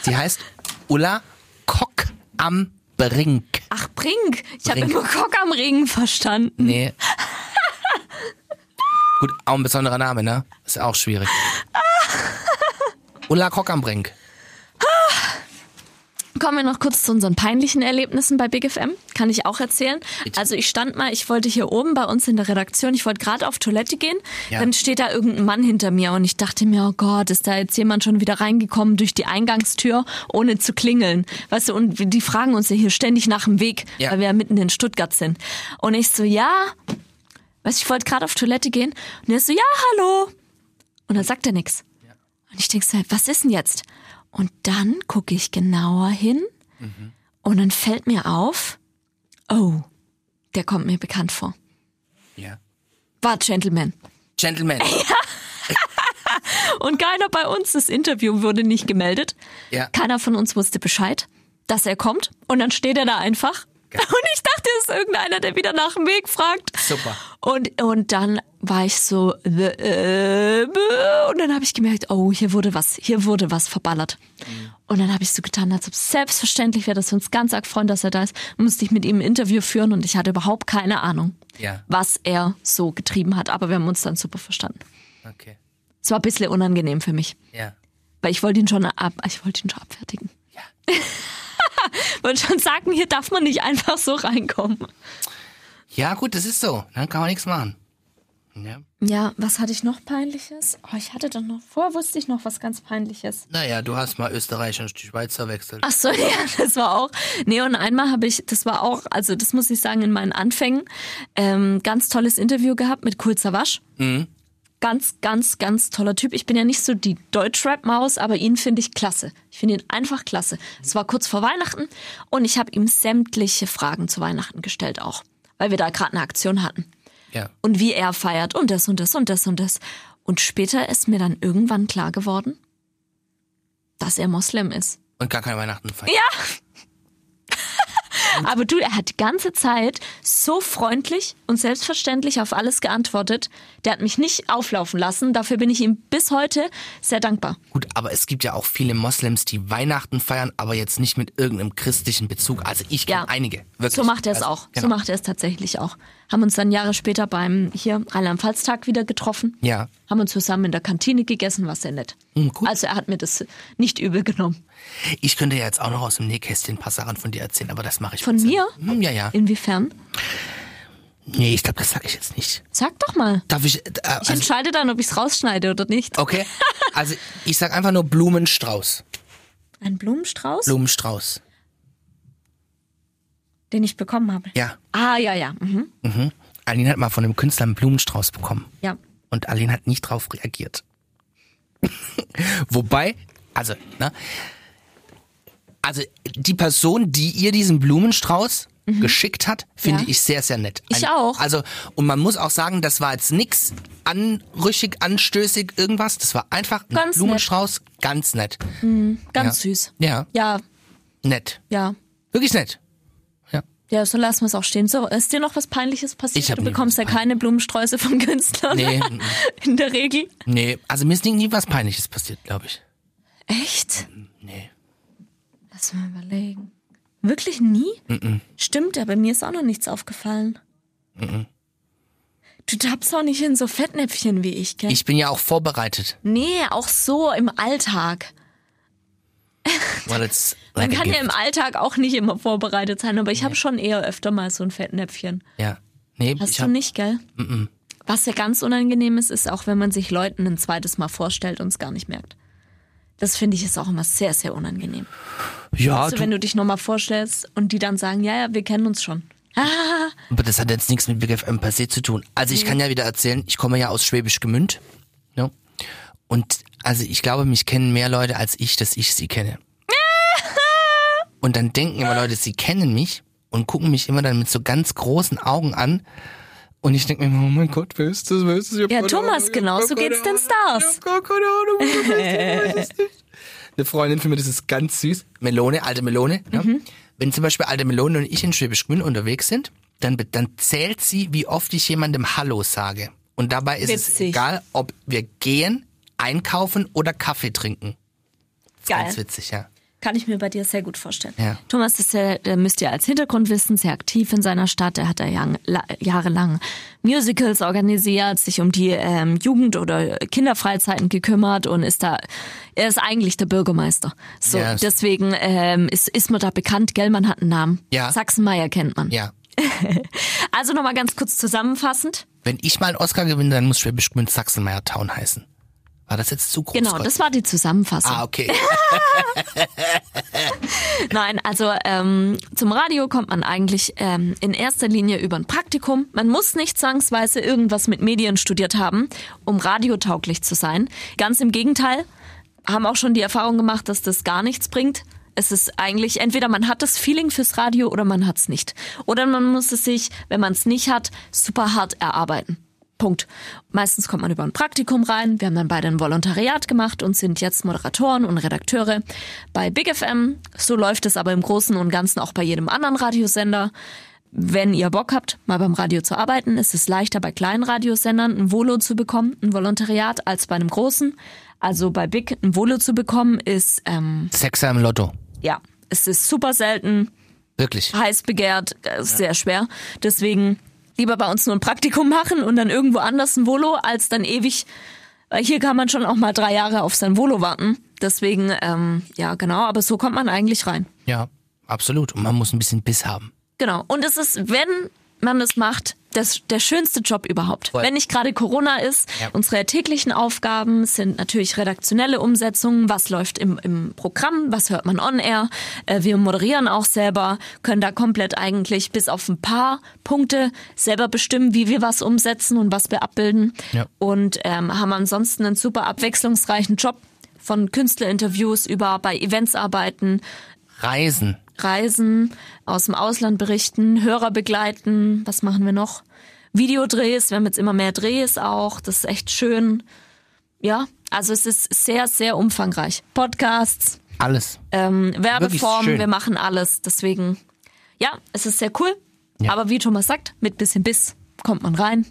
S3: Sie heißt Ulla Kock am Brink.
S4: Ach, Brink. Ich habe
S3: Brink.
S4: immer Kock am Ring verstanden.
S3: Nee. Gut, auch ein besonderer Name, ne? Ist auch schwierig. Ulla Kock am Brink.
S4: Kommen wir noch kurz zu unseren peinlichen Erlebnissen bei Big FM. Kann ich auch erzählen. Also ich stand mal, ich wollte hier oben bei uns in der Redaktion, ich wollte gerade auf Toilette gehen,
S3: Ja.
S4: dann steht da irgendein Mann hinter mir und ich dachte mir, oh Gott, ist da jetzt jemand schon wieder reingekommen durch die Eingangstür, ohne zu klingeln. Weißt du, und die fragen uns ja hier ständig nach dem Weg,
S3: Ja.
S4: weil wir ja mitten in Stuttgart sind. Und ich so, ja, weißt du, ich wollte gerade auf Toilette gehen und er so, ja, hallo. Und dann sagt er nichts. Und ich denke so, was ist denn jetzt? Und dann gucke ich genauer hin und dann fällt mir auf, oh, der kommt mir bekannt vor.
S3: Ja.
S4: War Gentleman.
S3: Gentleman.
S4: Und keiner bei uns, das Interview wurde nicht gemeldet.
S3: Ja.
S4: Keiner von uns wusste Bescheid, dass er kommt. Und dann steht er da einfach. Und ich dachte, es ist irgendeiner, der wieder nach dem Weg fragt.
S3: Super.
S4: Und, und dann war ich so, äh, äh, und dann habe ich gemerkt, oh, hier wurde was, hier wurde was verballert. Und dann habe ich so getan, als ob es selbstverständlich wäre, dass wir uns ganz arg freuen, dass er da ist. Musste ich mit ihm ein Interview führen und ich hatte überhaupt keine Ahnung,
S3: Ja.
S4: was er so getrieben hat. Aber wir haben uns dann super verstanden.
S3: Okay.
S4: Es war ein bisschen unangenehm für mich,
S3: Ja.
S4: weil ich wollte ihn schon ab, ich wollte ihn schon abfertigen. Ja. wollte schon sagen, hier darf man nicht einfach so reinkommen.
S3: Ja, gut, das ist so. Dann kann man nichts machen. Ja.
S4: Ja, was hatte ich noch peinliches? Oh, ich hatte doch noch, vorher wusste ich noch was ganz peinliches.
S3: Naja, du hast mal Österreich und die Schweiz verwechselt.
S4: Ach so, ja, das war auch. Nee, und einmal habe ich, das war auch, also das muss ich sagen, in meinen Anfängen, ähm, ganz tolles Interview gehabt mit Kurt Savasch. Ganz, ganz, ganz toller Typ. Ich bin ja nicht so die Deutschrap-Maus, aber ihn finde ich klasse. Ich finde ihn einfach klasse. Es war kurz vor Weihnachten und ich habe ihm sämtliche Fragen zu Weihnachten gestellt auch, weil wir da gerade eine Aktion hatten
S3: Ja.
S4: und wie er feiert und das und das und das und das. Und später ist mir dann irgendwann klar geworden, dass er Moslem ist.
S3: Und gar kein Weihnachten feiern.
S4: Aber du, er hat die ganze Zeit so freundlich und selbstverständlich auf alles geantwortet. Der hat mich nicht auflaufen lassen. Dafür bin ich ihm bis heute sehr dankbar.
S3: Gut, aber es gibt ja auch viele Moslems, die Weihnachten feiern, aber jetzt nicht mit irgendeinem christlichen Bezug. Also ich kenne
S4: Ja.
S3: einige. Wirklich.
S4: So macht er es
S3: Also,
S4: auch. So
S3: genau.
S4: macht er es tatsächlich auch. Haben uns dann Jahre später beim hier Rheinland-Pfalz-Tag wieder getroffen.
S3: Ja.
S4: Haben uns zusammen in der Kantine gegessen, war sehr nett.
S3: Hm, gut.
S4: Also er hat mir das nicht übel genommen.
S3: Ich könnte ja jetzt auch noch aus dem Nähkästchen ein paar Sachen von dir erzählen, aber das mache ich
S4: Von
S3: jetzt nicht.
S4: mir?
S3: Hm, ja, ja.
S4: Inwiefern?
S3: Nee, ich glaube, das sage ich jetzt nicht.
S4: Sag doch mal.
S3: Darf ich. Äh,
S4: Ich
S3: also,
S4: entscheide dann, ob ich es rausschneide oder nicht.
S3: okay. Also ich sag einfach nur Blumenstrauß.
S4: Ein Blumenstrauß,
S3: Blumenstrauß.
S4: den ich bekommen habe.
S3: Ja.
S4: Ah, ja, ja. Mhm.
S3: Mhm. Aline hat mal von dem Künstler einen Blumenstrauß bekommen.
S4: Ja.
S3: Und Aline hat nicht drauf reagiert. Wobei, also, ne? Also, die Person, die ihr diesen Blumenstrauß geschickt hat, finde
S4: Mhm. Ja.
S3: ich sehr, sehr nett.
S4: Ich auch.
S3: Also, und man muss auch sagen, das war jetzt nix anrüchig, anstößig, irgendwas. Das war einfach ein
S4: Ganz
S3: Blumenstrauß, ganz nett.
S4: Ganz
S3: Ja.
S4: süß.
S3: Ja,
S4: Ja,
S3: nett.
S4: ja.
S3: Wirklich nett.
S4: Ja, so lassen wir es auch stehen. So, ist dir noch was Peinliches passiert?
S3: Ich hab
S4: du
S3: nie
S4: bekommst
S3: was
S4: ja keine Blumensträuße von Künstlern.
S3: Nee.
S4: In der Regel.
S3: Nee, also mir ist nie- nie was Peinliches passiert, glaube ich.
S4: Echt?
S3: Nee.
S4: Lass mal überlegen. Wirklich nie? Stimmt, aber mir ist auch noch nichts aufgefallen. Du tappst auch nicht in so Fettnäpfchen wie ich, gell?
S3: Ich bin ja auch vorbereitet.
S4: nee, auch so im Alltag.
S3: Well, it's
S4: Man
S3: like a
S4: kann ja
S3: gift.
S4: im Alltag auch nicht immer vorbereitet sein, aber ich habe schon eher öfter mal so ein Fettnäpfchen.
S3: Ja. Nee,
S4: Hast
S3: ich
S4: du
S3: hab,
S4: nicht, gell? Was ja ganz unangenehm ist, ist auch, wenn man sich Leuten ein zweites Mal vorstellt und es gar nicht merkt. Das finde ich ist auch immer sehr, sehr unangenehm.
S3: ja,
S4: also
S3: Ah, du,
S4: wenn du dich nochmal vorstellst und die dann sagen, ja, ja, wir kennen uns schon. Ah,
S3: aber das hat jetzt nichts mit Big FM per se zu tun. Also ich kann
S4: Mhm.
S3: ja wieder erzählen, ich komme ja aus Schwäbisch Gmünd. Ne? Und also ich glaube, mich kennen mehr Leute als ich, dass ich sie kenne. Und dann denken immer Leute, sie kennen mich und gucken mich immer dann mit so ganz großen Augen an. Und ich denke mir, immer, oh mein Gott, wer ist das? Wer ist das? Ich hab
S4: Ja,
S3: keine
S4: Thomas,
S3: Ahnung, ich
S4: genau
S3: hab
S4: so
S3: keine
S4: geht's den
S3: Ahnung,
S4: Stars.
S3: Ich hab gar keine Ahnung, wer das ist, ich weiß es nicht. Eine Freundin von mir, das ist ganz süß. Melone, alte Melone. Ne?
S4: Mhm.
S3: Wenn zum Beispiel alte Melone und ich in Schwäbisch Gmünd unterwegs sind, dann, be- dann zählt sie, wie oft ich jemandem Hallo sage. Und dabei ist es
S4: Witzig.
S3: egal, ob wir gehen, einkaufen oder Kaffee trinken.
S4: geil.
S3: Ganz witzig, ja.
S4: Kann ich mir bei dir sehr gut vorstellen.
S3: Ja.
S4: Thomas ist ja, der müsst ihr als Hintergrund wissen, sehr aktiv in seiner Stadt. Er hat da jang- la- jahrelang Musicals organisiert, sich um die ähm, Jugend- oder Kinderfreizeiten gekümmert und ist da, er ist eigentlich der Bürgermeister. So,
S3: Ja, ist-
S4: deswegen ähm, ist, ist man da bekannt, gell, man hat einen Namen.
S3: Ja.
S4: Sachsenmeier kennt man.
S3: Ja.
S4: Also nochmal ganz kurz zusammenfassend.
S3: Wenn ich mal einen Oscar gewinne, dann muss Schwäbisch Gmünd Sachsenmeier Town heißen. War das jetzt zu groß?
S4: Genau,
S3: Gott?
S4: das war die Zusammenfassung.
S3: Ah, okay.
S4: Nein, also ähm, zum Radio kommt man eigentlich ähm, in erster Linie über ein Praktikum. Man muss nicht zwangsweise irgendwas mit Medien studiert haben, um radiotauglich zu sein. Ganz im Gegenteil, haben auch schon die Erfahrung gemacht, dass das gar nichts bringt. Es ist eigentlich, entweder man hat das Feeling fürs Radio oder man hat es nicht. Oder man muss es sich, wenn man es nicht hat, super hart erarbeiten. Punkt. Meistens kommt man über ein Praktikum rein. Wir haben dann beide ein Volontariat gemacht und sind jetzt Moderatoren und Redakteure bei Big FM. So läuft es aber im Großen und Ganzen auch bei jedem anderen Radiosender. Wenn ihr Bock habt, mal beim Radio zu arbeiten, ist es leichter bei kleinen Radiosendern ein Volo zu bekommen, ein Volontariat, als bei einem großen. Also bei Big ein Volo zu bekommen ist, ähm,
S3: Sechser im Lotto.
S4: ja, es ist super selten
S3: Wirklich.
S4: heiß begehrt, äh, ist sehr schwer. Deswegen lieber bei uns nur ein Praktikum machen und dann irgendwo anders ein Volo, als dann ewig, weil hier kann man schon auch mal drei Jahre auf sein Volo warten. Deswegen, ähm, ja genau, aber so kommt man eigentlich rein.
S3: Ja, absolut. Und man muss ein bisschen Biss haben.
S4: Genau. Und es ist, wenn man es macht, das, der schönste Job überhaupt.
S3: Voll.
S4: Wenn nicht gerade Corona ist,
S3: Ja.
S4: unsere täglichen Aufgaben sind natürlich redaktionelle Umsetzungen, was läuft im, im Programm, was hört man on air. Äh, wir moderieren auch selber, können da komplett eigentlich bis auf ein paar Punkte selber bestimmen, wie wir was umsetzen und was wir abbilden.
S3: Ja.
S4: Und ähm, haben ansonsten einen super abwechslungsreichen Job von Künstlerinterviews über bei Events arbeiten,
S3: Reisen.
S4: Reisen, aus dem Ausland berichten, Hörer begleiten, was machen wir noch? Videodrehs, wir haben jetzt immer mehr Drehs auch, das ist echt schön. Ja, also es ist sehr, sehr umfangreich. Podcasts,
S3: Alles.
S4: ähm,
S3: schön.
S4: Werbeformen, wir machen alles. Deswegen, ja, es ist sehr cool. Aber wie Thomas sagt, mit bisschen Biss kommt man rein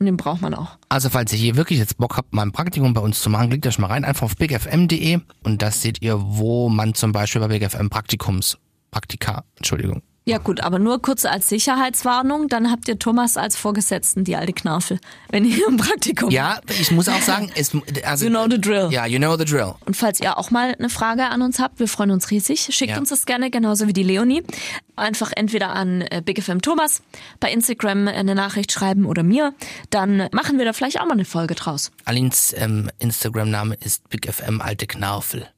S4: und den braucht man auch.
S3: Also falls ihr hier wirklich jetzt Bock habt, mal ein Praktikum bei uns zu machen, klickt euch mal rein, einfach auf bigfm.de und das seht ihr, wo man zum Beispiel bei bigfm Praktikums, Praktika, Entschuldigung.
S4: Ja gut, aber nur kurz als Sicherheitswarnung, dann habt ihr Thomas als Vorgesetzten, die alte Knarfel, wenn ihr im Praktikum
S3: Ja, ich muss auch sagen, es, also,
S4: You know the drill.
S3: Ja, you know the drill.
S4: Und falls ihr auch mal eine Frage an uns habt, wir freuen uns riesig. Schickt
S3: Ja.
S4: uns das gerne, genauso wie die Leonie. Einfach entweder an äh, Big FM Thomas bei Instagram eine Nachricht schreiben oder mir. Dann machen wir da vielleicht auch mal eine Folge draus.
S3: Alins ähm, Instagram-Name ist bigfm alte Knarfel.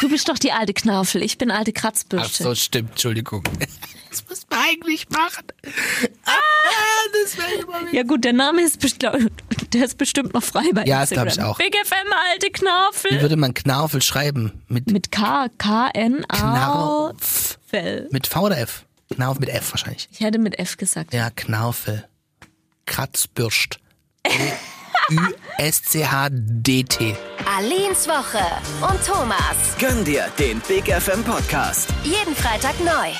S4: Du bist doch die alte Knarfel, ich bin alte
S3: Ach
S4: Kratzbürste.
S3: so, stimmt, Entschuldigung. Das muss man eigentlich machen. Ah, das wäre immer
S4: Ja gut, der Name ist, besti- der ist bestimmt noch frei bei
S3: Ja, das
S4: Instagram.
S3: glaub ich auch.
S4: Big FM alte
S3: Wie
S4: Knarfel.
S3: würde man Knarfel schreiben? Mit
S4: Mit K, K, N, A,
S3: Knarf.
S4: Fell.
S3: Mit V oder F? Knarf mit F wahrscheinlich.
S4: Ich hätte mit F gesagt.
S3: Ja, Knarfel. Kratzbürst. U-S-C-H-D-T.
S2: Aleens Woche und Thomas.
S6: Gönn dir den Big FM Podcast.
S2: Jeden Freitag neu.